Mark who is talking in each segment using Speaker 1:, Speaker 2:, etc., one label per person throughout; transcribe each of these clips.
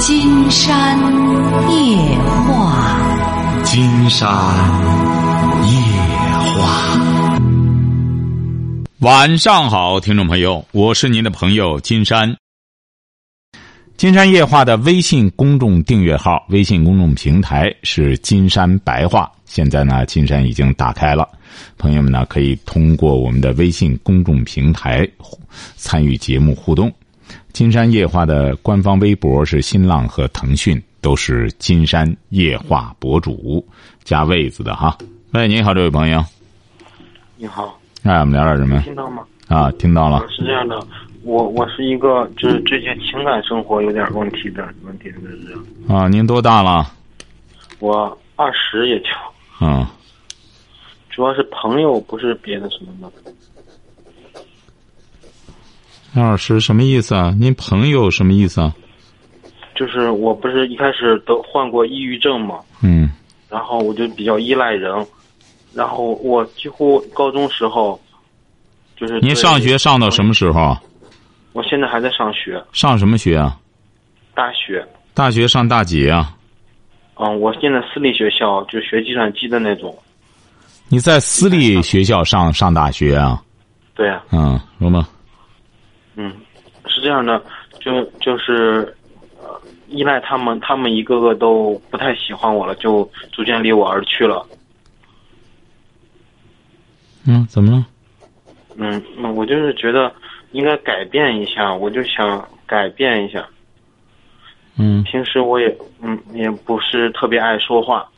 Speaker 1: 金山夜话。
Speaker 2: 金山夜话。晚上好，听众朋友，我是您的朋友金山。金山夜话的微信公众订阅号、微信公众平台是“金山白话”。现在呢，金山已经打开了，朋友们呢可以通过我们的微信公众平台互参与节目互动。金山夜话的官方微博是新浪和腾讯，都是金山夜话博主加位子的哈。喂，你好，这位朋友，
Speaker 3: 你好，
Speaker 2: 哎，我们聊点什么
Speaker 3: 听到吗？
Speaker 2: 啊？听到了
Speaker 3: 呃是这样的，我我是一个就是最近情感生活有点问题的问题的人，
Speaker 2: 啊？您多大了？
Speaker 3: 我二十也就，
Speaker 2: 嗯，
Speaker 3: 主要是朋友，不是别的什么的。
Speaker 2: 二十什么意思啊？您朋友什么意思啊？
Speaker 3: 就是我不是一开始都患过抑郁症嘛，
Speaker 2: 嗯
Speaker 3: 然后我就比较依赖人，然后我几乎高中时候，就是，
Speaker 2: 您上学上到什么？时候？
Speaker 3: 我现在还在上学，
Speaker 2: 上什么学啊？
Speaker 3: 大学。
Speaker 2: 大学上大几啊？
Speaker 3: 嗯，我现在私立学校就学计算机的那种。
Speaker 2: 你在私立学校上上大学啊？
Speaker 3: 对呀、
Speaker 2: 嗯，什么？
Speaker 3: 嗯，是这样的，就就是，呃，依赖他们，他们一个个都不太喜欢我了，就逐渐离我而去了。
Speaker 2: 嗯，怎么了？
Speaker 3: 嗯，嗯我就是觉得应该改变一下，我就想改变一下。
Speaker 2: 嗯
Speaker 3: 平时我也嗯也不是特别爱说话，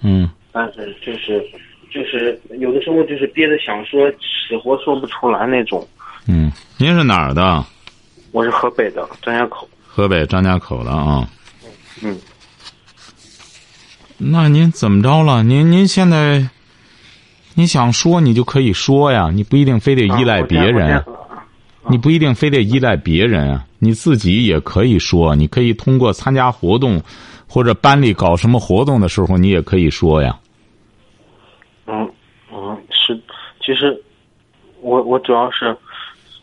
Speaker 2: 嗯
Speaker 3: 但是就是就是有的时候就是憋着想说，死活说不出来那种。
Speaker 2: 嗯，您是哪儿的？
Speaker 3: 我是河北的张家口，
Speaker 2: 河北张家口的啊。
Speaker 3: 嗯，
Speaker 2: 那您怎么着了？您您现在，你想说你就可以说呀，你不一定非得依赖别人，
Speaker 3: 啊我这
Speaker 2: 你不一定非得依赖别人啊，你自己也可以说，你可以通过参加活动，或者班里搞什么活动的时候，你也可以说呀。
Speaker 3: 嗯，嗯，是，其实我我主要是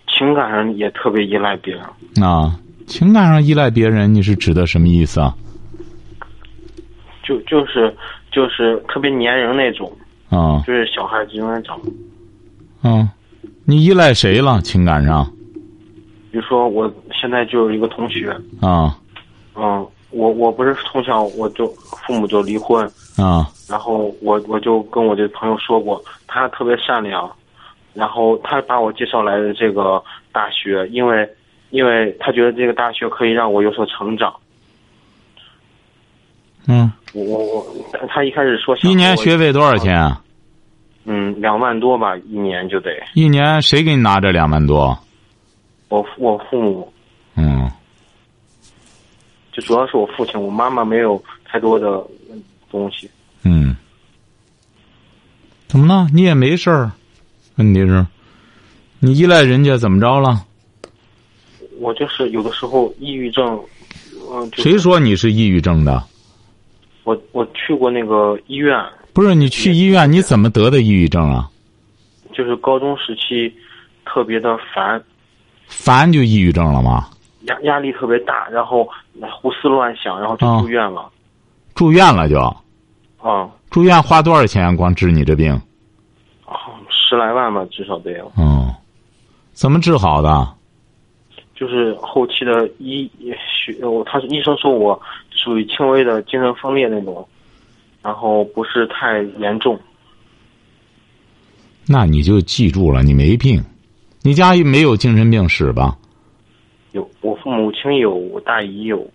Speaker 3: 情感上也特别依赖别人，
Speaker 2: 啊，情感上依赖别人，你是指的什么意思啊？
Speaker 3: 就就是就是特别粘人那种，
Speaker 2: 啊
Speaker 3: 就是小孩子永远长。
Speaker 2: 啊，你依赖谁了？情感上
Speaker 3: 比如说，我现在就有一个同学，
Speaker 2: 啊
Speaker 3: 嗯，我我不是从小我就父母就离婚，
Speaker 2: 啊
Speaker 3: 然后我我就跟我这朋友说过，他特别善良，然后他把我介绍来的这个大学，因为因为他觉得这个大学可以让我有所成长。
Speaker 2: 嗯，
Speaker 3: 我我我，他他一开始说想
Speaker 2: 一年
Speaker 3: 我
Speaker 2: 学费多少钱啊？
Speaker 3: 嗯，两万多吧，一年就得。
Speaker 2: 一年谁给你拿这两万多？
Speaker 3: 我我父母
Speaker 2: 嗯
Speaker 3: 就主要是我父亲，我妈妈没有太多的嗯东西。
Speaker 2: 嗯，怎么了？你也没事儿，问题是，你依赖人家怎么着了？
Speaker 3: 我就是有的时候抑郁症，嗯、就是
Speaker 2: 谁说你是抑郁症的？
Speaker 3: 我我去过那个医院，
Speaker 2: 不是你去医院，你怎么得的抑郁症啊？
Speaker 3: 就是高中时期特别的烦，
Speaker 2: 烦就抑郁症了吗？
Speaker 3: 压压力特别大，然后胡思乱想，然后就
Speaker 2: 啊
Speaker 3: 住院了。
Speaker 2: 住院了就
Speaker 3: 啊、
Speaker 2: 住院花多少钱？光治你这病？
Speaker 3: 啊十来万吧，至少得有。
Speaker 2: 嗯，怎么治好的？
Speaker 3: 就是后期的医学，呃我他是医生说我属于轻微的精神分裂那种，然后不是太严重。
Speaker 2: 那你就记住了，你没病，你家没有精神病史吧？
Speaker 3: 有我父母亲有，我大姨有，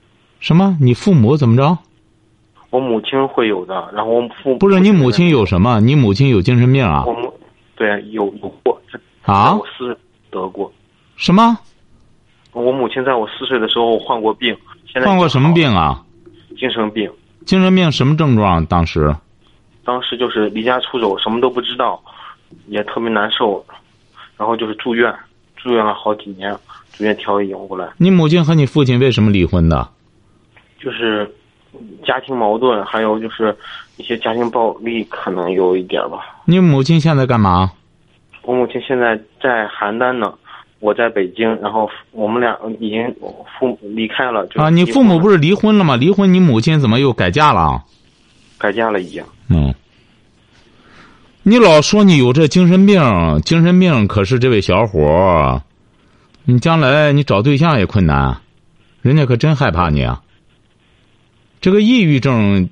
Speaker 2: 什么？你父母怎么着？
Speaker 3: 我母亲会有的，然后我父
Speaker 2: 不是你母亲有什么？你母亲有精神病啊
Speaker 3: 我？母对有有过
Speaker 2: 啊
Speaker 3: 在我四得过，
Speaker 2: 什么？
Speaker 3: 我母亲在我四岁的时候患过病，现在
Speaker 2: 患过什么病？啊？
Speaker 3: 精神病，
Speaker 2: 精神病什么症状？当时
Speaker 3: 当时就是离家出走，什么都不知道，也特别难受，然后就是住院，住院了好几年，住院调养过来。
Speaker 2: 你母亲和你父亲为什么离婚的？
Speaker 3: 就是家庭矛盾，还有就是一些家庭暴力，可能有一点吧。
Speaker 2: 你母亲现在干嘛？
Speaker 3: 我母亲现在在邯郸呢，我在北京，然后我们俩已经父母离开了。就是
Speaker 2: 啊，你
Speaker 3: 离
Speaker 2: 父
Speaker 3: 婚
Speaker 2: 母
Speaker 3: 了
Speaker 2: 不是离婚了吗？离婚，你母亲怎么又改嫁了啊？
Speaker 3: 改嫁了已经？
Speaker 2: 嗯，你老说你有这精神病，精神病可是这位小伙儿，啊你将来你找对象也困难，人家可真害怕你啊。这个抑郁症，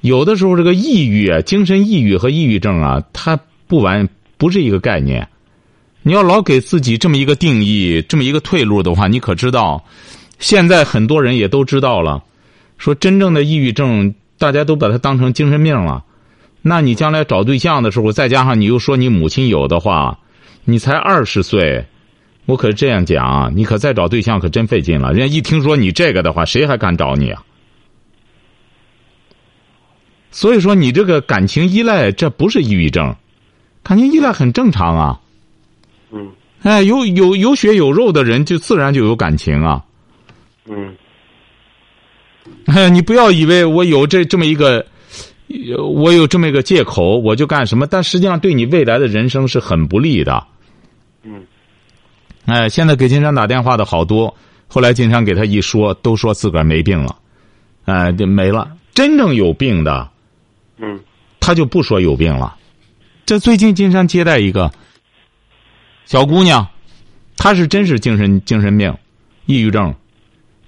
Speaker 2: 有的时候这个抑郁啊，精神抑郁和抑郁症啊，它不完不是一个概念。你要老给自己这么一个定义，这么一个退路的话，你可知道，现在很多人也都知道了。说真正的抑郁症，大家都把它当成精神病了。那你将来找对象的时候，再加上你又说你母亲有的话，你才二十岁，我可是这样讲啊，你可再找对象可真费劲了。人家一听说你这个的话，谁还敢找你啊？所以说，你这个感情依赖，这不是抑郁症，感情依赖很正常啊。
Speaker 3: 嗯
Speaker 2: 哎，有有有血有肉的人，就自然就有感情啊。
Speaker 3: 嗯
Speaker 2: 哎， 你不要以为我有这这么一个，呃我有这么一个借口，我就干什么？但实际上对你未来的人生是很不利的。
Speaker 3: 嗯
Speaker 2: 哎，现在给金山打电话的好多，后来金山给他一说，都说自个儿没病了，哎，就没了。真正有病的，
Speaker 3: 嗯
Speaker 2: 他就不说有病了。这最近金山接待一个小姑娘，她是真是精神精神病，抑郁症，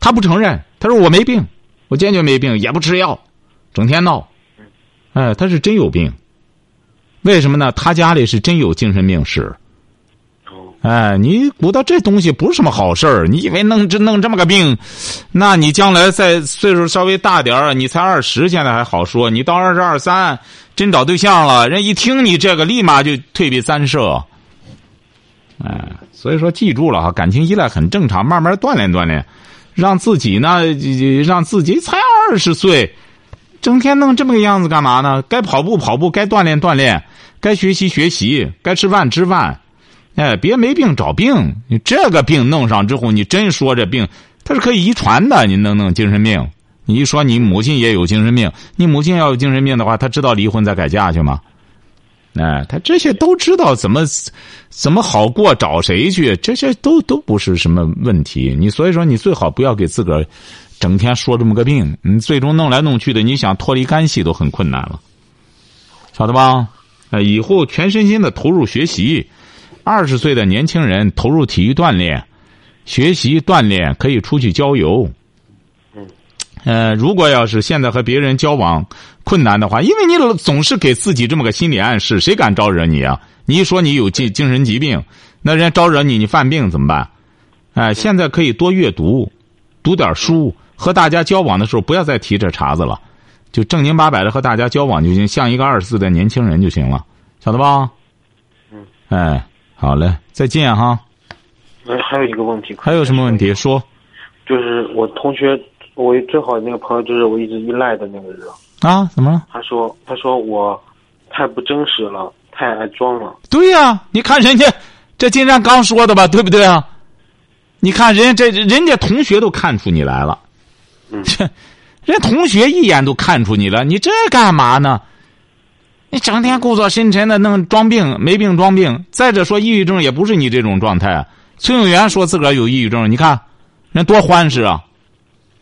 Speaker 2: 她不承认，她说我没病，我坚决没病，也不吃药，整天闹，哎，她是真有病。为什么呢？她家里是真有精神病史，
Speaker 3: 哦
Speaker 2: 哎，你鼓捣这东西不是什么好事儿。你以为弄这弄这么个病，那你将来再岁数稍微大点儿，你才二十，现在还好说。你到二十二三，真找对象了，人一听你这个，立马就退避三舍。哎，所以说记住了哈，感情依赖很正常，慢慢锻炼锻炼，让自己呢，呃让自己才二十岁，整天弄这么个样子干嘛呢？该跑步跑步，该锻炼锻炼，该学习学习，该吃饭吃饭。哎，别没病找病，你这个病弄上之后，你真说这病它是可以遗传的，你弄弄精神病。你一说你母亲也有精神病，你母亲要有精神病的话，她知道离婚再改嫁去吗？哎，她这些都知道怎么怎么好过，找谁去？这些都都不是什么问题。你所以说，你最好不要给自个儿整天说这么个病，你最终弄来弄去的，你想脱离干系都很困难了，晓得吧？呃，以后全身心的投入学习。二十岁的年轻人投入体育锻炼、学习锻炼，可以出去郊游。
Speaker 3: 嗯，
Speaker 2: 呃，如果要是现在和别人交往困难的话，因为你老总是给自己这么个心理暗示，谁敢招惹你啊？你一说你有精精神疾病，那人家招惹你，你犯病怎么办？哎、现在可以多阅读，读点书，和大家交往的时候不要再提这茬子了，就正经八百的和大家交往就行，像一个二十岁的年轻人就行了，晓得吧？
Speaker 3: 嗯。
Speaker 2: 哎，好嘞，再见哈。
Speaker 3: 呃还有一个问题，
Speaker 2: 还有什么问？题说？
Speaker 3: 就是我同学，我最好的那个朋友，就是我一直依赖的那个人。
Speaker 2: 啊，怎么了？
Speaker 3: 他说：“他说我太不真实了，太爱装了。
Speaker 2: 对呀、你看人家这金山刚说的吧，对不对啊？你看人家这人家同学都看出你来了，
Speaker 3: 嗯
Speaker 2: 这人家同学一眼都看出你了，你这干嘛呢？你整天故作深沉的弄装病，没病装病。再者说，抑郁症也不是你这种状态。崔永元说自个儿有抑郁症，你看人多欢实啊！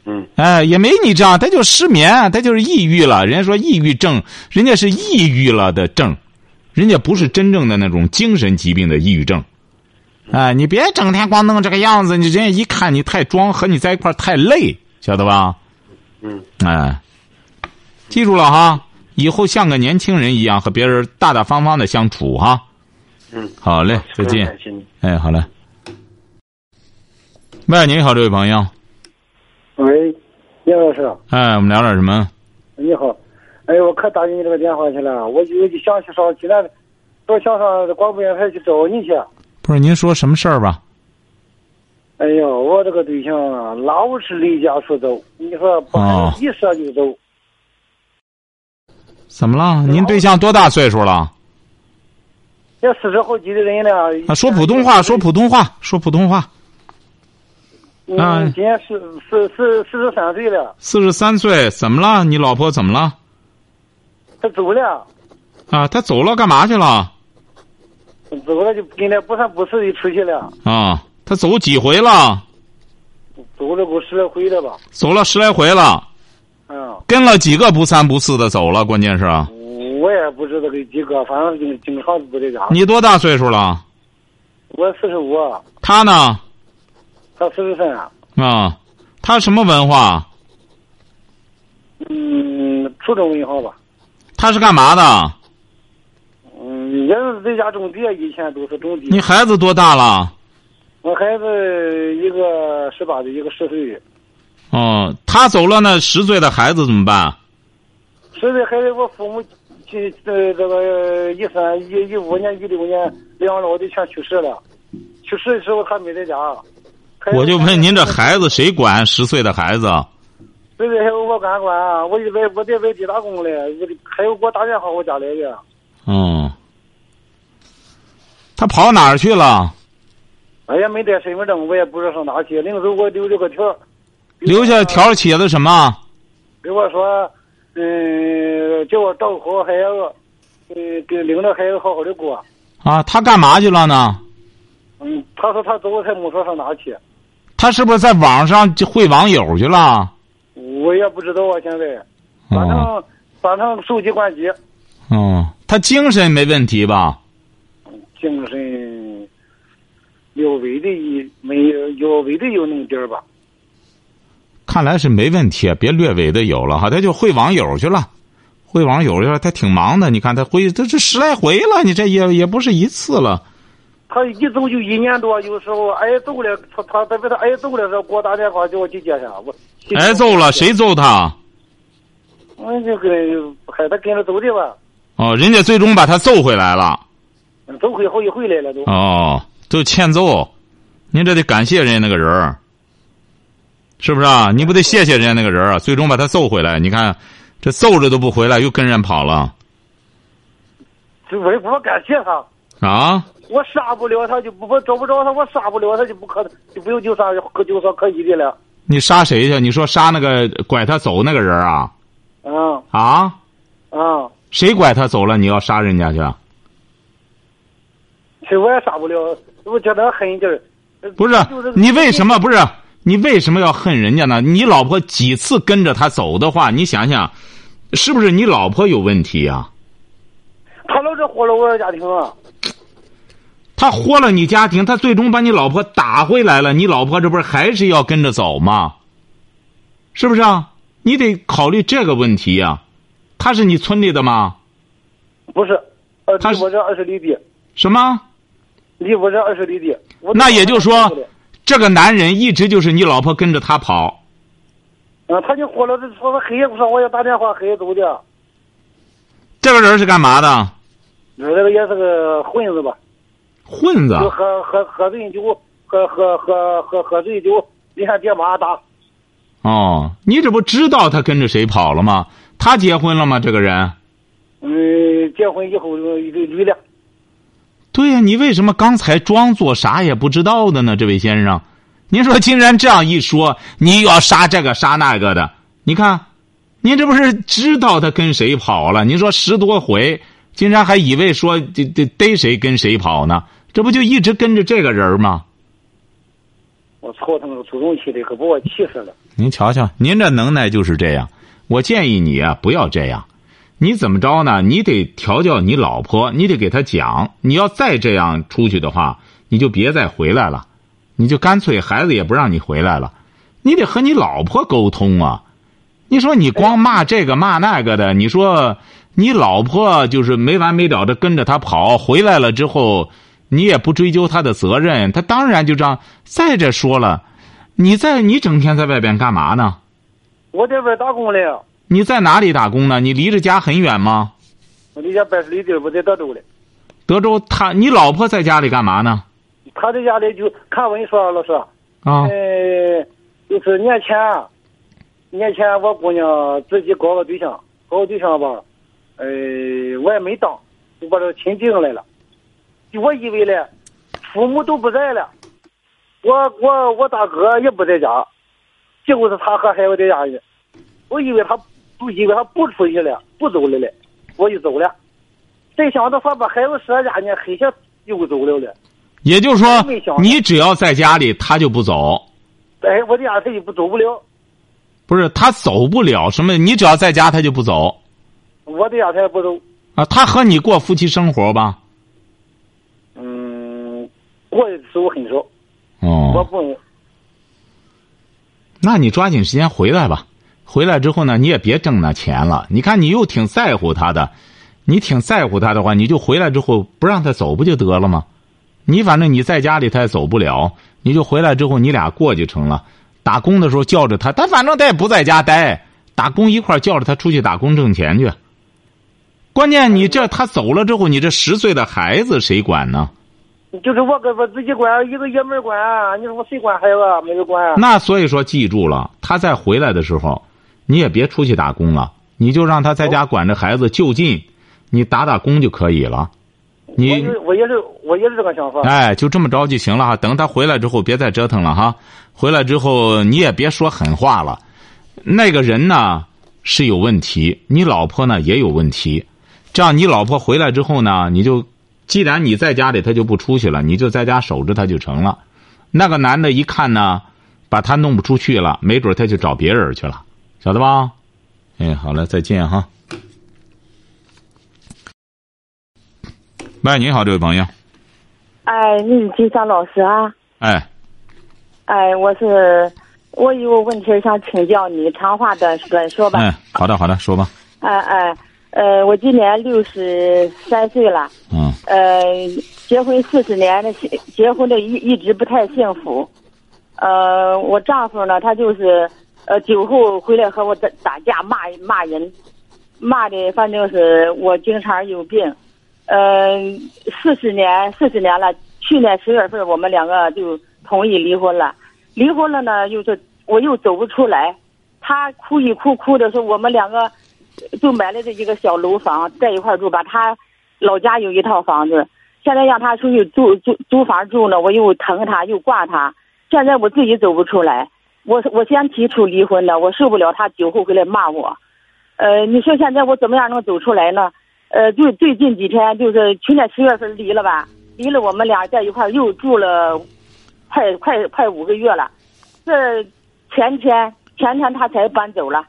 Speaker 3: 嗯
Speaker 2: 哎，也没你这样，他就失眠，他就是抑郁了。人家说抑郁症，人家是抑郁了的症，人家不是真正的那种精神疾病的抑郁症。哎，你别整天光弄这个样子，你人家一看你太装，和你在一块儿太累，晓得吧？
Speaker 3: 嗯，
Speaker 2: 哎，记住了哈，以后像个年轻人一样和别人大大方方的相处哈。
Speaker 3: 嗯，
Speaker 2: 好嘞，再
Speaker 3: 非常
Speaker 2: 见。
Speaker 3: 感谢你。
Speaker 2: 哎，好嘞。喂，你好，这位朋友。
Speaker 4: 喂，叶老师，
Speaker 2: 哎，我们聊点什么？
Speaker 4: 你好。哎，我可打进你这个电话去了，我就就想去上济南，我想上广播电台去找你去。
Speaker 2: 不是您说什么事儿吧？
Speaker 4: 哎呀，我这个对象啊，老是离家出走，你说不
Speaker 2: 哦
Speaker 4: 一说就走。
Speaker 2: 怎么了？您对象多大岁数了？
Speaker 4: 也四十好几的人了。
Speaker 2: 啊，说普通话，说普通话，说普通话。啊
Speaker 4: 嗯，今年四四四四十三岁了，
Speaker 2: 四十三岁，怎么了？你老婆怎么了？
Speaker 4: 他走了，
Speaker 2: 啊，她走了，干嘛去了？
Speaker 4: 走了就跟那不三不四的出去了，
Speaker 2: 啊，他走几回了？
Speaker 4: 走了够十来回了吧？
Speaker 2: 走了十来回了，
Speaker 4: 嗯，
Speaker 2: 跟了几个不三不四的走了，关键是啊
Speaker 4: 我也不知道给几个，反正经经常不这家。
Speaker 2: 你多大岁数了？
Speaker 4: 我四十五，啊
Speaker 2: 他呢？
Speaker 4: 他四十三，
Speaker 2: 啊，他什么文化？
Speaker 4: 嗯，初中文化吧，
Speaker 2: 他是干嘛的？
Speaker 4: 嗯，也是在家种地，以前都是种
Speaker 2: 你
Speaker 4: 地。
Speaker 2: 孩子多大了？
Speaker 4: 我孩子一个十八的，一个十岁的。
Speaker 2: 哦，他走了，那十岁的孩子怎么办？
Speaker 4: 实在还是我父母去呃这个一三一一五年一六年两老的全去世了，去世的时候他没在家。还有
Speaker 2: 我就问您，这
Speaker 4: 还
Speaker 2: 孩子谁管？十岁的孩子，
Speaker 4: 实在还有我管管，我在外我在外地打工嘞，我的还有给我打电话我家来的，
Speaker 2: 嗯，他跑哪儿去了？
Speaker 4: 俺哎也没带身份证，我也不知道上哪去。临走我留了个条儿，
Speaker 2: 留下条儿写的什么？
Speaker 4: 给我说，嗯，叫我照顾好孩子，嗯，给领着孩子好好的过。
Speaker 2: 啊，他干嘛去了呢？
Speaker 4: 嗯，他说他走，他没说上哪去，
Speaker 2: 他是不是在网上就会网友去了？
Speaker 4: 我也不知道啊，现在。反
Speaker 2: 哦，
Speaker 4: 正反正手机关机，
Speaker 2: 哦，他精神没问题吧？
Speaker 4: 精神略微的一没有略微的有那么点儿吧。
Speaker 2: 看来是没问题，啊别略微的有了哈，他就会网友去了，会网友去了，他挺忙的。你看他会，他这十来回了，你这也也不是一次了。
Speaker 4: 他一走就一年多，有时候挨揍了，他他他被他挨揍了，时候给我打电话叫我去接他，我
Speaker 2: 挨揍了，？谁揍他？
Speaker 4: 我就跟孩子跟着走的吧，
Speaker 2: 哦，人家最终把他揍回来了。
Speaker 4: 走回好几回来了都。
Speaker 2: 哦，都欠揍，您这得感谢人家那个人儿，是不是啊？你不得谢谢人家那个人儿啊？最终把他揍回来。你看，这揍着都不回来，又跟人跑了
Speaker 4: 就我也不感谢他，
Speaker 2: 啊？
Speaker 4: 我杀不了他就不我找不着他，我杀不了他就不可就不用就啥可就说可以的了。
Speaker 2: 你杀谁去？你说杀那个啊拐他走那个人儿啊？
Speaker 4: 嗯
Speaker 2: 啊？
Speaker 4: 嗯，
Speaker 2: 谁拐他走了？你要杀人家去？啊
Speaker 4: 其实我也杀不了，我觉得狠劲儿。呃
Speaker 2: 不是
Speaker 4: 就是
Speaker 2: 你为什么不是你为什么要恨人家呢？你老婆几次跟着他走的话，你想想，是不是你老婆有问题啊？
Speaker 4: 他老是祸了我的家庭啊！
Speaker 2: 他豁了你家庭，他最终把你老婆打回来了，你老婆这不是还是要跟着走吗？是不是啊？你得考虑这个问题呀、他是你村里的吗？
Speaker 4: 不是，呃，
Speaker 2: 他
Speaker 4: 离
Speaker 2: 是
Speaker 4: 我这二十里地，
Speaker 2: 什么？
Speaker 4: 离我这二十里地。我
Speaker 2: 那也就是说这个男人一直就是你老婆跟着他跑，
Speaker 4: 啊，他就火了，这说他黑夜不上，我也打电话黑夜走的。
Speaker 2: 这个人是干嘛的？
Speaker 4: 那这个也是个混子吧，
Speaker 2: 混子
Speaker 4: 就喝喝喝醉酒，喝喝喝喝喝醉酒，你看爹妈打，
Speaker 2: 哦！你这不知道他跟着谁跑了吗？他结婚了吗？这个人？
Speaker 4: 嗯，结婚以后就就离了。
Speaker 2: 对呀、你为什么刚才装作啥也不知道的呢？这位先生，您说竟然这样一说，你又要杀这个杀那个的，你看，您这不是知道他跟谁跑了？您说十多回，竟然还以为说这这逮谁跟谁跑呢？这不就一直跟着这个人吗？
Speaker 4: 我操他妈个祖宗气的，可把我气死了。
Speaker 2: 您瞧瞧，您这能耐就是这样。我建议你啊，不要这样。你怎么着呢？你得调教你老婆，你得给她讲，你要再这样出去的话，你就别再回来了，你就干脆孩子也不让你回来了。你得和你老婆沟通啊。你说你光骂这个骂那个的，你说你老婆就是没完没了的跟着他跑，回来了之后，你也不追究他的责任，他当然就这样。再者说了。你在你整天在外边干嘛呢？
Speaker 4: 我在外打工嘞，
Speaker 2: 你在哪里打工呢？你离着家很远吗？
Speaker 4: 我离家百十里地，我在德州嘞。
Speaker 2: 德州他，你老婆在家里干嘛呢？
Speaker 4: 他在家里就看我跟你说啊，老师。
Speaker 2: 啊，
Speaker 4: 呃，就是年前，啊年前我姑娘自己搞个对象，搞个对象吧，呃，我也没当，就把这亲定来了。我以为嘞，父母都不在了，我我我大哥也不在家，结果是他和孩子在家呢。我以为他不以为他不出去了，不走了嘞，我就走了。谁想到说把孩子舍家呢，黑下屁股走了了。
Speaker 2: 也就是说
Speaker 4: 没想，到
Speaker 2: 你只要在家里，他就不走。
Speaker 4: 哎，我的家他也不走不了，
Speaker 2: 不是他走不了什么，你只要在家，他就不走
Speaker 4: 我的家他也不走。
Speaker 2: 啊。他和你过夫妻生活吧？
Speaker 4: 嗯，过的时候很少，我
Speaker 2: 哦，
Speaker 4: 不
Speaker 2: 那你抓紧时间回来吧。回来之后呢，你也别挣那钱了。你看，你又挺在乎他的，你挺在乎他的话，你就回来之后不让他走不就得了吗？你反正你在家里他也走不了，你就回来之后你俩过就成了。打工的时候叫着他，他反正他也不在家待，打工一块儿叫着他出去打工挣钱去。关键你这他走了之后，你这十岁的孩子谁管呢？
Speaker 4: 就是我跟我自己管，一个爷们儿管，你说我谁管孩子啊？没人管啊。
Speaker 2: 那所以说，记住了，他再回来的时候，你也别出去打工了，你就让他在
Speaker 4: 哦
Speaker 2: 家管着孩子就近，你打打工就可以了。
Speaker 4: 我
Speaker 2: 你
Speaker 4: 就我也是我也是这个想法。
Speaker 2: 哎，就这么着就行了哈。等他回来之后，别再折腾了哈。回来之后你也别说狠话了。那个人呢是有问题，你老婆呢也有问题。这样，你老婆回来之后呢，你就既然你在家里，她就不出去了，你就在家守着她就成了。那个男的一看呢，把他弄不出去了，没准他就找别人去了，晓得吧？哎，好了，再见哈。喂，你好，这位朋友，
Speaker 5: 哎，你是金山老师啊？
Speaker 2: 哎。
Speaker 5: 哎，我是我有个问题想请教你，长话短短说吧。
Speaker 2: 嗯，好的，好的，说吧。
Speaker 5: 哎哎呃，我今年六十三岁了，
Speaker 2: 嗯，
Speaker 5: 呃，结婚四十年了，结结婚的一一直不太幸福。呃，我丈夫呢，他就是呃酒后回来和我打打架骂骂人，骂的反正是我经常有病。呃，四十年四十年了，去年十月份我们两个就同意离婚了。离婚了呢，又是我又走不出来，他哭一哭哭的说我们两个就买了这一个小楼房在一块儿住吧，他老家有一套房子，现在让他出去租租租房住呢，我又疼他又挂他，现在我自己走不出来，我我先提出离婚的，我受不了他酒后回来骂我，呃，你说现在我怎么样能走出来呢？呃，就最近几天，就是去年十月份离了吧，离了我们俩在一块儿又住了快快快五个月了，这前天前天他才搬走了。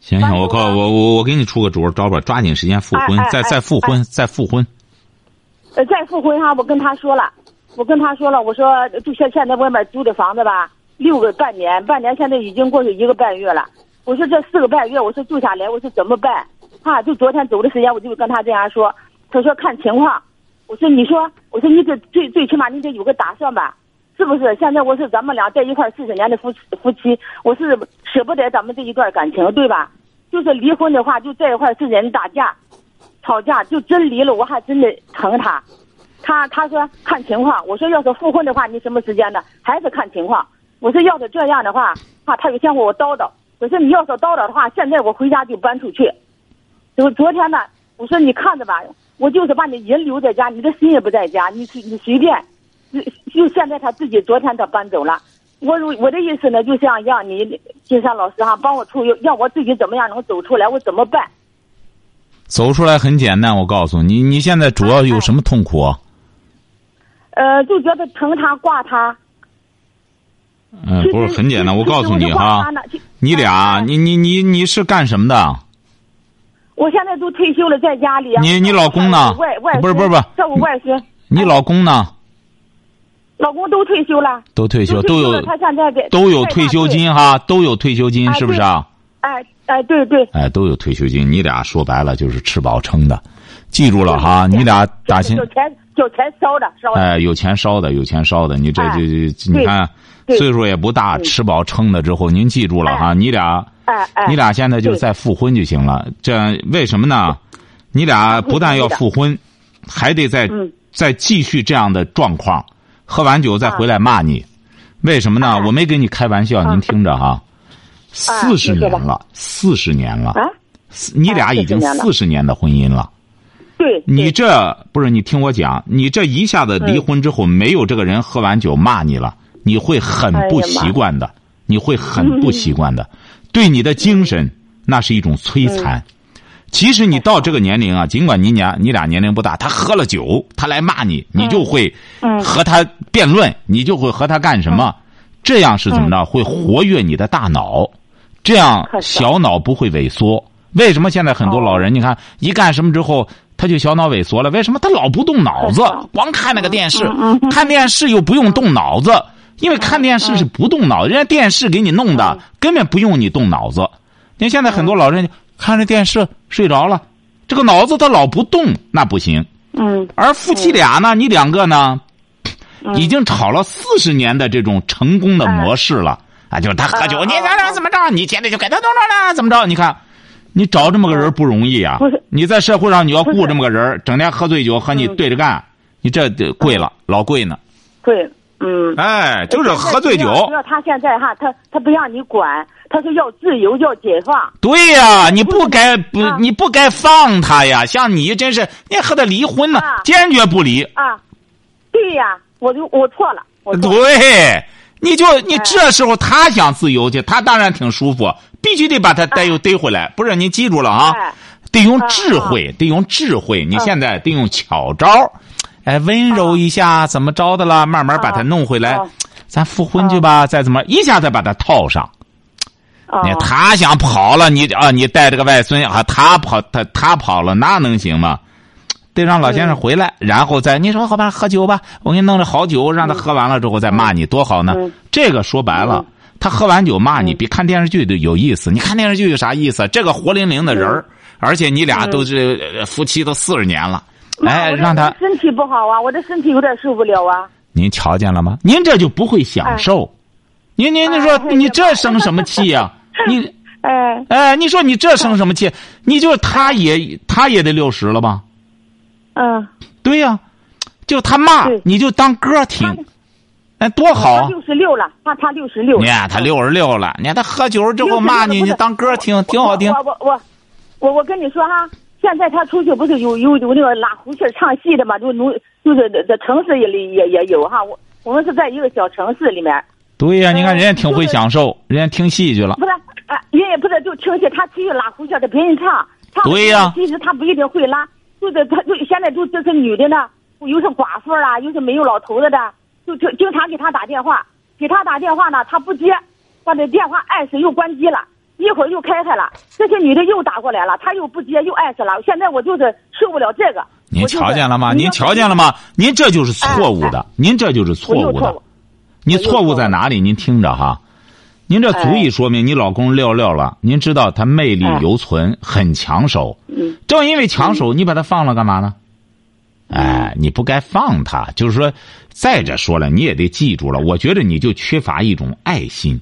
Speaker 2: 行行，
Speaker 5: 班主
Speaker 2: 我告
Speaker 5: 任
Speaker 2: 我我我给你出个主，招吧，抓紧时间复婚
Speaker 5: 哎，哎
Speaker 2: 再再
Speaker 5: 哎
Speaker 2: 复婚，再复婚。
Speaker 5: 呃，再复婚哈，我跟他说了，我跟他说了，我说就现现在外面租的房子吧，六个半年，半年现在已经过去一个半月了。我说这四个半月，我说住下来，我说怎么办？啊，就昨天走的时间，我就跟他这样说，他说看情况。我说你说，我说你得最最起码你得有个打算吧，是不是？现在我是咱们俩在一块四十年的夫妻夫妻，我是舍不得咱们这一段感情，对吧？就是离婚的话，就在一块四十年打架，吵架，就真离了，我还真的疼他。他他说看情况，我说要是复婚的话，你什么时间呢？还是看情况。我说要是这样的话，啊，他又嫌我叨叨。我说你要是叨叨的话，现在我回家就搬出去。就昨天呢，我说你看着吧，我就是把你人留在家，你的心也不在家，你随你随便。就就现在他自己昨天他搬走了。我如我的意思呢，就想让你金山老师哈、帮我出，让我自己怎么样能走出来，我怎么办？
Speaker 2: 走出来很简单，我告诉你，你现在主要有什么痛苦
Speaker 5: 哎
Speaker 2: 啊？
Speaker 5: 呃，就觉得疼他挂他。
Speaker 2: 嗯，不是很简单，我告诉你哈，你俩，
Speaker 5: 你。
Speaker 2: 你你你你是干什么的？
Speaker 5: 我现在都退休了，在家里啊。
Speaker 2: 你你老公呢
Speaker 5: 外外
Speaker 2: 不是不是不是
Speaker 5: 照顾外孙，
Speaker 2: 你老公呢？
Speaker 5: 老公都退休了，
Speaker 2: 都退休，
Speaker 5: 都
Speaker 2: 都
Speaker 5: 了
Speaker 2: 有
Speaker 5: 他现在给
Speaker 2: 都有退休。金哈，都有退休金，
Speaker 5: 哎
Speaker 2: 是不是啊？
Speaker 5: 哎哎，对对，
Speaker 2: 哎，都有退休金，你俩说白了就是吃饱撑的，记住了哈，
Speaker 5: 对
Speaker 2: 你俩打心
Speaker 5: 就钱就钱烧的烧的。
Speaker 2: 哎，有钱烧的，有钱烧的，你这
Speaker 5: 哎
Speaker 2: 就就你
Speaker 5: 对
Speaker 2: 看，
Speaker 5: 对
Speaker 2: 岁数也不大，
Speaker 5: 嗯
Speaker 2: 吃饱撑的之后，您记住了哈，
Speaker 5: 哎
Speaker 2: 你俩
Speaker 5: 哎哎，
Speaker 2: 你俩现在就是
Speaker 5: 对
Speaker 2: 再复婚就行了。这样为什么呢？你俩不但要复婚，还得再
Speaker 5: 嗯
Speaker 2: 再继续这样的状况，喝完酒再回
Speaker 5: 啊
Speaker 2: 来骂你，为什么呢
Speaker 5: 哎？
Speaker 2: 我没跟你开玩笑，
Speaker 5: 啊
Speaker 2: 您听着哈，四十
Speaker 5: 你说
Speaker 2: 年
Speaker 5: 吧
Speaker 2: 了，四十年了，
Speaker 5: 啊，
Speaker 2: 你俩
Speaker 5: 哎
Speaker 2: 已经
Speaker 5: 40年了
Speaker 2: 四十年的婚姻了。
Speaker 5: 对，
Speaker 2: 你
Speaker 5: 对嗯
Speaker 2: 这不是你听我讲，你这一下子离婚之后，没有这个人喝完酒骂你了，你会很
Speaker 5: 哎
Speaker 2: 不习惯的，
Speaker 5: 嗯
Speaker 2: 你会很不习惯的，对你的精神那是一种摧残。其实你到这个年龄啊，尽管你俩你俩年龄不大，他喝了酒，他来骂你，你就会
Speaker 5: 嗯
Speaker 2: 和他辩论，你就会和他干什么？这样是怎么着？会活跃你的大脑，这样
Speaker 5: 嗯可是
Speaker 2: 小脑不会萎缩。为什么现在很多
Speaker 5: 哦
Speaker 2: 老人，你看一干什么之后，他就小脑萎缩了？为什么他老不动脑子
Speaker 5: 可是，
Speaker 2: 光看那个电视
Speaker 5: 嗯嗯？
Speaker 2: 看电视又不用动脑子，因为看电视是不动脑，人家电视给你弄的
Speaker 5: 嗯
Speaker 2: 根本不用你动脑子。你看现在很多老人看着电视睡着了，这个脑子他老不动，那不行。
Speaker 5: 嗯
Speaker 2: 而夫妻俩呢，你两个呢，
Speaker 5: 嗯
Speaker 2: 已经吵了四十年的这种成功的模式了啊，就是他喝酒，
Speaker 5: 嗯
Speaker 2: 你
Speaker 5: 嗯
Speaker 2: 咋咋
Speaker 5: 嗯
Speaker 2: 怎么着，你现在就给他弄着了，怎么着？你看，你找这么个人不容易啊
Speaker 5: 嗯不是！
Speaker 2: 你在社会上你要
Speaker 5: 不是
Speaker 2: 雇这么个人，整天喝醉酒和你
Speaker 5: 嗯
Speaker 2: 对着干，你这得贵了，老贵呢。
Speaker 5: 对，嗯。
Speaker 2: 哎，就是喝醉
Speaker 5: 现在
Speaker 2: 酒
Speaker 5: 不，要他现在哈，他他不让你管，他是要自由，要解放。
Speaker 2: 对呀、你不该不
Speaker 5: 啊
Speaker 2: 你不该放他呀！像你真是，你还和他离婚呢
Speaker 5: 啊，
Speaker 2: 坚决不离。
Speaker 5: 啊，对呀、我就我错了，我错了
Speaker 2: 对，你就你这时候他想自由
Speaker 5: 哎
Speaker 2: 去，他当然挺舒服，必须得把他逮又逮回来。不是，您记住了啊
Speaker 5: 哎，嗯
Speaker 2: 得用智慧，得用智慧。你现在得用巧招儿，哎，温柔一
Speaker 5: 嗯
Speaker 2: 下，怎么着的啦？慢慢把他弄回来
Speaker 5: 啊，
Speaker 2: 咱复婚去吧，再怎么一下再把他套上。
Speaker 5: 啊
Speaker 2: 你他想跑了，你啊，你带着个外孙啊，他跑他他跑了，那能行吗？得让老先生回
Speaker 5: 嗯
Speaker 2: 来，然后再你说好吧，喝酒吧，我给你弄着好酒，让他喝完了之后再骂你，多好呢
Speaker 5: 嗯。
Speaker 2: 这个说白了，他喝完酒骂你，比看电视剧都有意思。你看电视剧有啥意思？这个活灵灵的人儿，
Speaker 5: 嗯
Speaker 2: 而且你俩都是呃夫妻都四十年了，
Speaker 5: 妈
Speaker 2: 哎，
Speaker 5: 我这
Speaker 2: 让他
Speaker 5: 身体不好啊，我这身体有点受不了啊。
Speaker 2: 您瞧见了吗？您这就不会享受。您您您说
Speaker 5: 哎
Speaker 2: 你这生什么气 呀？你。
Speaker 5: 哎，
Speaker 2: 哎，你说你这生什么气？你就是他也他也得六十了吧？
Speaker 5: 嗯，
Speaker 2: 对呀、就他骂
Speaker 5: 对
Speaker 2: 你就当歌听，哎，多好
Speaker 5: 他
Speaker 2: 啊！
Speaker 5: 六十六了，他他六十六。
Speaker 2: 你啊看他六十六了，你看他喝酒之
Speaker 5: 六
Speaker 2: 后
Speaker 5: 十
Speaker 2: 骂
Speaker 5: 六
Speaker 2: 你，
Speaker 5: 不
Speaker 2: 你
Speaker 5: 是
Speaker 2: 当歌听，挺好听
Speaker 5: 我。我我我我我跟你说哈，现在他出去不是有有有那个拉胡琴儿唱戏的嘛，就农就是在在城市里也也有哈。我我们是在一个小城市里面，
Speaker 2: 对呀、你看
Speaker 5: 嗯
Speaker 2: 人家挺会
Speaker 5: 就是
Speaker 2: 享受，人家听戏去了。
Speaker 5: 不是啊，人也不是就听去他去拉胡琴儿给别人唱，唱了
Speaker 2: 对呀
Speaker 5: 其实他不一定会拉，就是他就现在就这是女的呢，有是寡妇啦，有是没有老头子的，就就经常给他打电话，给他打电话呢，他不接，把这电话按时又关机了。一会儿又开开了，这些女的又打过来了，他又不接，又按死了。现在我就是受不了这个。
Speaker 2: 您
Speaker 5: 我就是
Speaker 2: 瞧见了吗？
Speaker 5: 你
Speaker 2: 您
Speaker 5: 要
Speaker 2: 瞧见了吗？您这就是错误的，您这就是
Speaker 5: 我
Speaker 2: 错
Speaker 5: 又
Speaker 2: 误
Speaker 5: 错
Speaker 2: 的
Speaker 5: 误。，
Speaker 2: 你
Speaker 5: 我又
Speaker 2: 错误
Speaker 5: 错
Speaker 2: 在
Speaker 5: 误
Speaker 2: 哪里？您听着哈，您这足以
Speaker 5: 哎
Speaker 2: 说明你老公六六了。您知道他魅力
Speaker 5: 哎
Speaker 2: 犹存，很抢手。
Speaker 5: 嗯
Speaker 2: 正因为抢手，你把他放了干嘛呢？哎，你不该放他。就是说，再者说了，你也得记住了。我觉得你就缺乏一种爱心。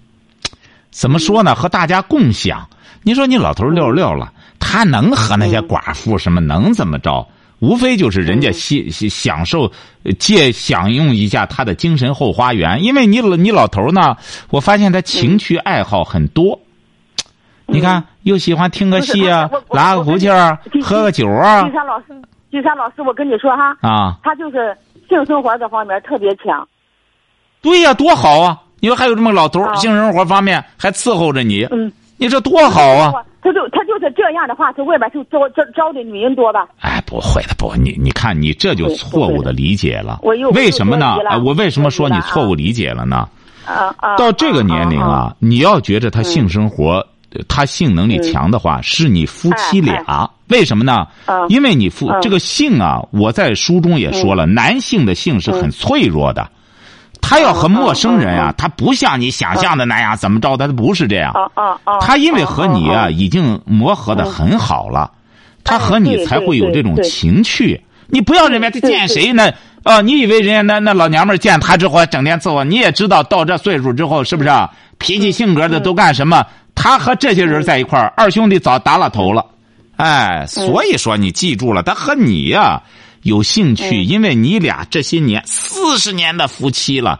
Speaker 2: 怎么说呢？和大家共享。你说你老头儿六六了，他能和那
Speaker 5: 嗯
Speaker 2: 些寡妇什么能怎么着？无非就是人家享享受呃借享用一下他的精神后花园。因为你老你老头儿呢，我发现他
Speaker 5: 嗯
Speaker 2: 情趣爱好很多。你看，又喜欢听个
Speaker 5: 不是
Speaker 2: 戏啊
Speaker 5: 他我，我
Speaker 2: 拉个
Speaker 5: 我
Speaker 2: 胡
Speaker 5: 跟
Speaker 2: 琴儿啊
Speaker 5: 你，
Speaker 2: 喝个酒啊
Speaker 5: 金山老师，金山老师，我跟你说哈，
Speaker 2: 啊。
Speaker 5: 他就是性生活这方面特别强。
Speaker 2: 对呀、多好啊！你说还有这么个老头儿，
Speaker 5: 啊
Speaker 2: 性生活方面还伺候着你，
Speaker 5: 嗯
Speaker 2: 你这多好啊！
Speaker 5: 他就他就是这样的话，他外边就招招招的女人多吧？
Speaker 2: 哎，不会的，不，你你看，你这就
Speaker 5: 对
Speaker 2: 错误的理解了。
Speaker 5: 我又
Speaker 2: 为什么呢
Speaker 5: 我又着急？了
Speaker 2: 哎我为什么说你
Speaker 5: 着急了啊
Speaker 2: 错误理解了呢？
Speaker 5: 啊啊！
Speaker 2: 到这个年龄
Speaker 5: 啊，嗯
Speaker 2: 啊，你要觉着他性生活、呃他性能力强的话，是你夫妻
Speaker 5: 哎
Speaker 2: 俩。为什么呢？
Speaker 5: 啊
Speaker 2: 因为你夫、
Speaker 5: 啊
Speaker 2: 这个性啊，我在书中也说了，
Speaker 5: 嗯
Speaker 2: 男性的性是很脆弱
Speaker 5: 哦
Speaker 2: 的。他要和陌生人
Speaker 5: 啊
Speaker 2: 啊，他不像你想象的那样怎么着，他不是这样。
Speaker 5: 啊啊啊！
Speaker 2: 他因为和你
Speaker 5: 啊
Speaker 2: 啊已经磨合
Speaker 5: 嗯
Speaker 2: 的很好了，他和
Speaker 5: 哎
Speaker 2: 你才会有这种情趣。你不要认为他见谁呢？啊，你以为人家那那老娘们儿见他之后还啊整天伺候，你也知道到这岁数之后是不是啊脾气性格的都干什
Speaker 5: 嗯
Speaker 2: 么？他和这些人在一块儿，二兄弟早打了头了，
Speaker 5: 嗯
Speaker 2: 哎，所以说你记住了，他和你呀、有兴
Speaker 5: 嗯
Speaker 2: 趣，因为你俩这些年四十年的夫妻了，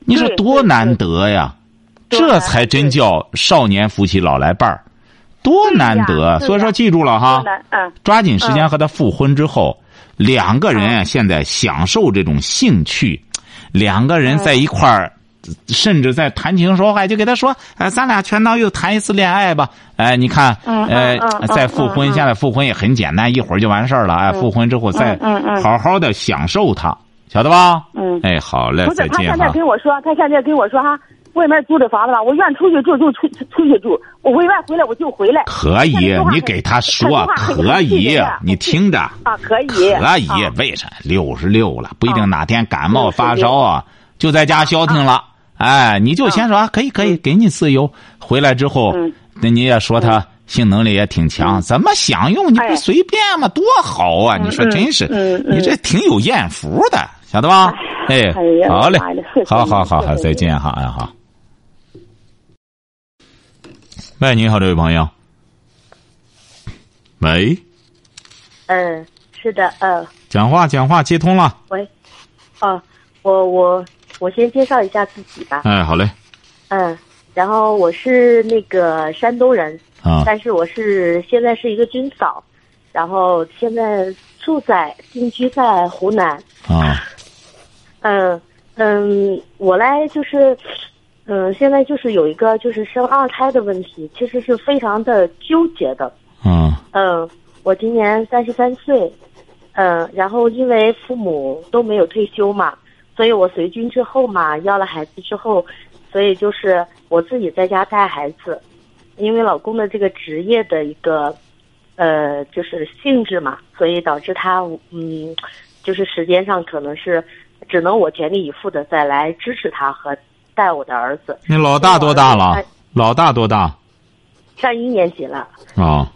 Speaker 2: 你说
Speaker 5: 对
Speaker 2: 多
Speaker 5: 对
Speaker 2: 难得呀！
Speaker 5: 对
Speaker 2: 这才真叫少年夫妻老来伴儿，多难
Speaker 5: 对
Speaker 2: 得
Speaker 5: 呀
Speaker 2: 啊！所以说，记住了哈，
Speaker 5: 嗯
Speaker 2: 抓紧时间和他复婚之后，
Speaker 5: 嗯
Speaker 2: 两个人啊现在享受这种兴趣，两个人在一块儿甚至在谈情说爱，就给他说，哎，咱俩全当又谈一次恋爱吧。哎，你看，
Speaker 5: 嗯
Speaker 2: 呃
Speaker 5: 嗯嗯，
Speaker 2: 再
Speaker 5: 嗯
Speaker 2: 复婚，
Speaker 5: 嗯
Speaker 2: 现在复婚也很简单，一会儿就完事儿了。哎，复婚之后再
Speaker 5: 嗯嗯
Speaker 2: 好好的享受它，晓得吧？
Speaker 5: 嗯
Speaker 2: 哎，好嘞
Speaker 5: 不，是
Speaker 2: 再，
Speaker 5: 他
Speaker 2: 见
Speaker 5: 现
Speaker 2: 哈
Speaker 5: 在。跟我说，他现在跟我说哈，外面租的房子吧，我愿出去住就出出去住，我委外回来我就回来。
Speaker 2: 可
Speaker 5: 他
Speaker 2: 以啊
Speaker 5: 这话，
Speaker 2: 你
Speaker 5: 很
Speaker 2: 给他
Speaker 5: 这
Speaker 2: 说啊
Speaker 5: 话很
Speaker 2: 可
Speaker 5: 很气
Speaker 2: 以
Speaker 5: 人的，
Speaker 2: 你听着。
Speaker 5: 啊，可以，
Speaker 2: 可以
Speaker 5: 啊，
Speaker 2: 为啥？六十六了，不一定哪天感冒
Speaker 5: 66
Speaker 2: 发烧啊，就在家消停了。哎，你就先说啊可以可以，给你自由。回来之后
Speaker 5: 嗯，
Speaker 2: 那你也说他性能力也挺强，怎么享用你
Speaker 5: 哎
Speaker 2: 不随便吗？多好啊！你说真是
Speaker 5: 嗯，嗯
Speaker 2: 你这挺有艳福的，晓得吧？哎
Speaker 5: 哎呀，
Speaker 2: 好嘞
Speaker 5: 妈呀谢谢，
Speaker 2: 好
Speaker 5: 你
Speaker 2: 好好
Speaker 5: 谢
Speaker 2: 好，
Speaker 5: 谢
Speaker 2: 再
Speaker 5: 你
Speaker 2: 见哈，哎好。喂，你好，这位朋友。喂，
Speaker 6: 嗯，是的，嗯，
Speaker 2: 讲话讲话，接通了。
Speaker 6: 喂，哦，我我我先介绍一下自己吧，
Speaker 2: 哎，好嘞。
Speaker 6: 嗯，然后我是那个山东人，
Speaker 2: 啊，
Speaker 6: 但是我是现在是一个军嫂，然后现在住在定居在湖南，
Speaker 2: 啊，
Speaker 6: 嗯嗯，我来就是，嗯，现在就是有一个就是生二胎的问题，其实是非常的纠结的，
Speaker 2: 嗯
Speaker 6: 嗯，我今年三十三岁，嗯，然后因为父母都没有退休嘛，所以我随军之后嘛，要了孩子之后，所以就是我自己在家带孩子，因为老公的这个职业的一个，呃，就是性质嘛，所以导致他嗯，就是时间上可能是只能我全力以赴的再来支持他和带我的儿子，
Speaker 2: 你老大多大了
Speaker 6: 哎？
Speaker 2: 老大多大？
Speaker 6: 上一年级了。
Speaker 2: 啊，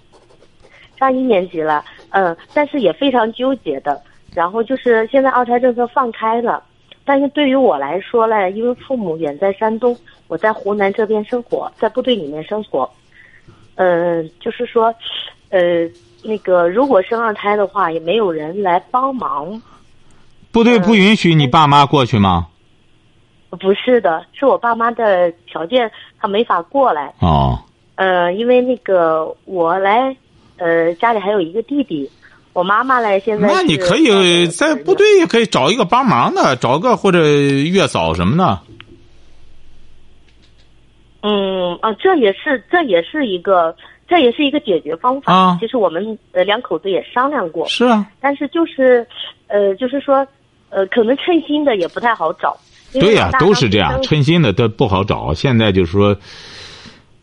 Speaker 6: 上一年级了，嗯，但是也非常纠结的。然后就是现在二胎政策放开了，但是对于我来说嘞，因为父母远在山东，我在湖南这边生活，在部队里面生活，嗯，就是说，呃，那个如果生二胎的话，也没有人来帮忙。
Speaker 2: 部队不允许你爸妈过去吗？
Speaker 6: 不是的，是我爸妈的条件，他没法过来。
Speaker 2: 哦，
Speaker 6: 呃，因为那个我来，呃，家里还有一个弟弟，我妈妈嘞现在
Speaker 2: 那你
Speaker 6: 是
Speaker 2: 可
Speaker 6: 在美
Speaker 2: 以
Speaker 6: 国
Speaker 2: 在
Speaker 6: 呢
Speaker 2: 部队也可以找一个帮忙的，找个或者月嫂什么的。
Speaker 6: 嗯啊，这也是这也是一个这也是一个解决方法。
Speaker 2: 啊
Speaker 6: 其实我们呃两口子也商量过，
Speaker 2: 是啊，
Speaker 6: 但是就是，呃，就是说，呃，可能称心的也不太好找。因为
Speaker 2: 对呀、
Speaker 6: 老大
Speaker 2: 都是
Speaker 6: 当时
Speaker 2: 这样，
Speaker 6: 生
Speaker 2: 称心的都不好找。现在就是说，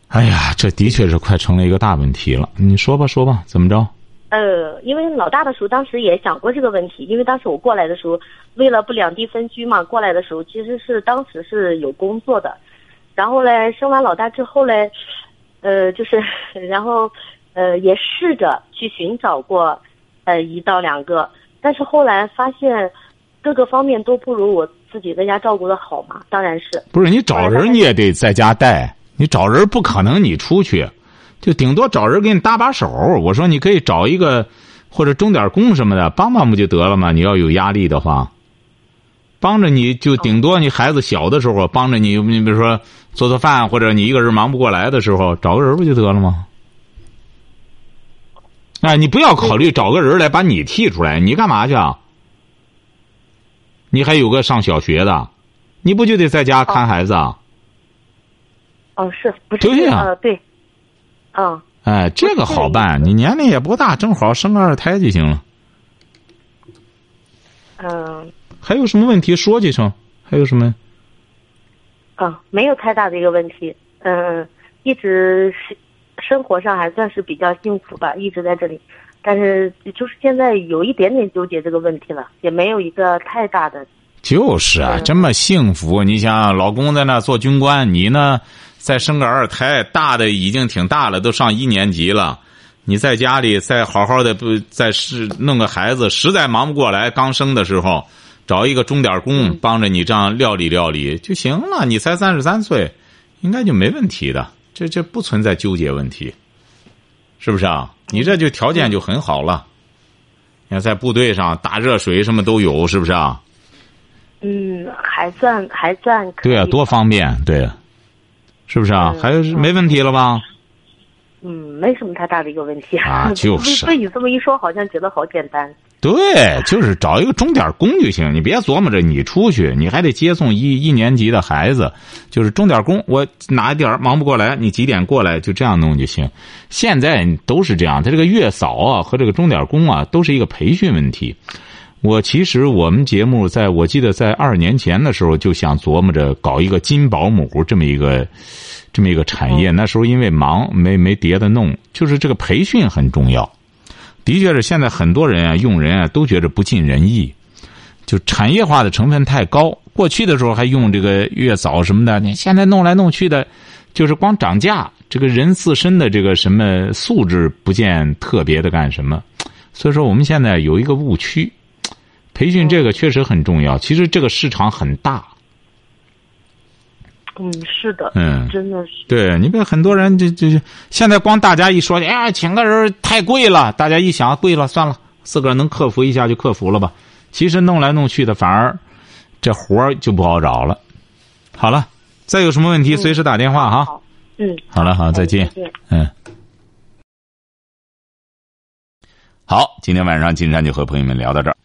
Speaker 2: 哎呀，这的确是快成了一个大问题了。你说吧，说吧，怎么着？
Speaker 6: 呃，因为老大的时候，当时也想过这个问题，因为当时我过来的时候，为了不两地分居嘛，过来的时候其实是当时是有工作的，然后嘞，生完老大之后嘞，呃，就是然后呃也试着去寻找过，呃一到两个，但是后来发现各个方面都不如我自己在家照顾的好嘛，当然是，
Speaker 2: 不是你找人你也得在家带，你找人不可能你出去，就顶多找人给你搭把手。我说你可以找一个或者钟点工什么的帮帮不就得了吗？你要有压力的话，帮着你就顶多你孩子小的时候帮着你，你比如说做做饭或者你一个人忙不过来的时候找个人不就得了吗？哎，你不要考虑找个人来把你剔出来，你干嘛去啊？你还有个上小学的，你不就得在家看孩子啊？
Speaker 6: 嗯，是不是？
Speaker 2: 对呀
Speaker 6: 呃，对，嗯。
Speaker 2: 哎，这个好办，你年龄也不大，正好生个二胎就行了。
Speaker 6: 嗯
Speaker 2: 还有什么问题说几声？还有什么？
Speaker 6: 啊，没有太大的一个问题。嗯，一直是生活上还算是比较幸福吧，一直在这里。但是就是现在有一点点纠结这个问题了，也没有一个太大的。
Speaker 2: 就是啊，
Speaker 6: 嗯
Speaker 2: 这么幸福，你想想，老公在那做军官，你呢再生个二胎，大的已经挺大了，都上一年级了。你在家里再好好的不再是弄个孩子，实在忙不过来，刚生的时候，找一个钟点工帮着你这样料理料理就行了。你才三十三岁，应该就没问题的，这这不存在纠结问题，是不是啊？你这就条件就很好了。你看在部队上打热水什么都有，是不是啊？
Speaker 6: 嗯，还算还算可以。
Speaker 2: 对啊，多方便，对啊，是不是啊？
Speaker 6: 嗯
Speaker 2: 还有是没问题了吧？
Speaker 6: 嗯，没什么太大的一个问题
Speaker 2: 啊就是
Speaker 6: 被被你这么一说，好像觉得好简单。
Speaker 2: 对，就是找一个钟点工就行，你别琢磨着你出去，你还得接送一一年级的孩子，就是钟点工，我哪点儿忙不过来，你几点过来，就这样弄就行。现在都是这样，他这个月嫂啊和这个钟点工啊都是一个培训问题。我其实我们节目在我记得在二年前的时候就想琢磨着搞一个金保姆这么一个这么一个产
Speaker 6: 嗯
Speaker 2: 业，那时候因为忙没没别的弄，就是这个培训很重要。的确是，现在很多人啊，用人啊，都觉着不尽人意，就产业化的成分太高。过去的时候还用这个月嫂什么的，你现在弄来弄去的，就是光涨价。这个人自身的这个什么素质不见特别的干什么，所以说我们现在有一个误区，培训这个确实很重要。其实这个市场很大，
Speaker 6: 嗯，是的，
Speaker 2: 嗯
Speaker 6: 真的是，
Speaker 2: 对，你别很多人就就就现在光大家一说，哎呀，请个人太贵了，大家一想贵了，算了，自个儿能克服一下就克服了吧。其实弄来弄去的，反而这活儿就不好找了。好了，再有什么问题随时打电话哈。
Speaker 6: 嗯好嗯，
Speaker 2: 好了，好，再见
Speaker 6: 再。见。
Speaker 2: 嗯。好，今天晚上金山就和朋友们聊到这儿。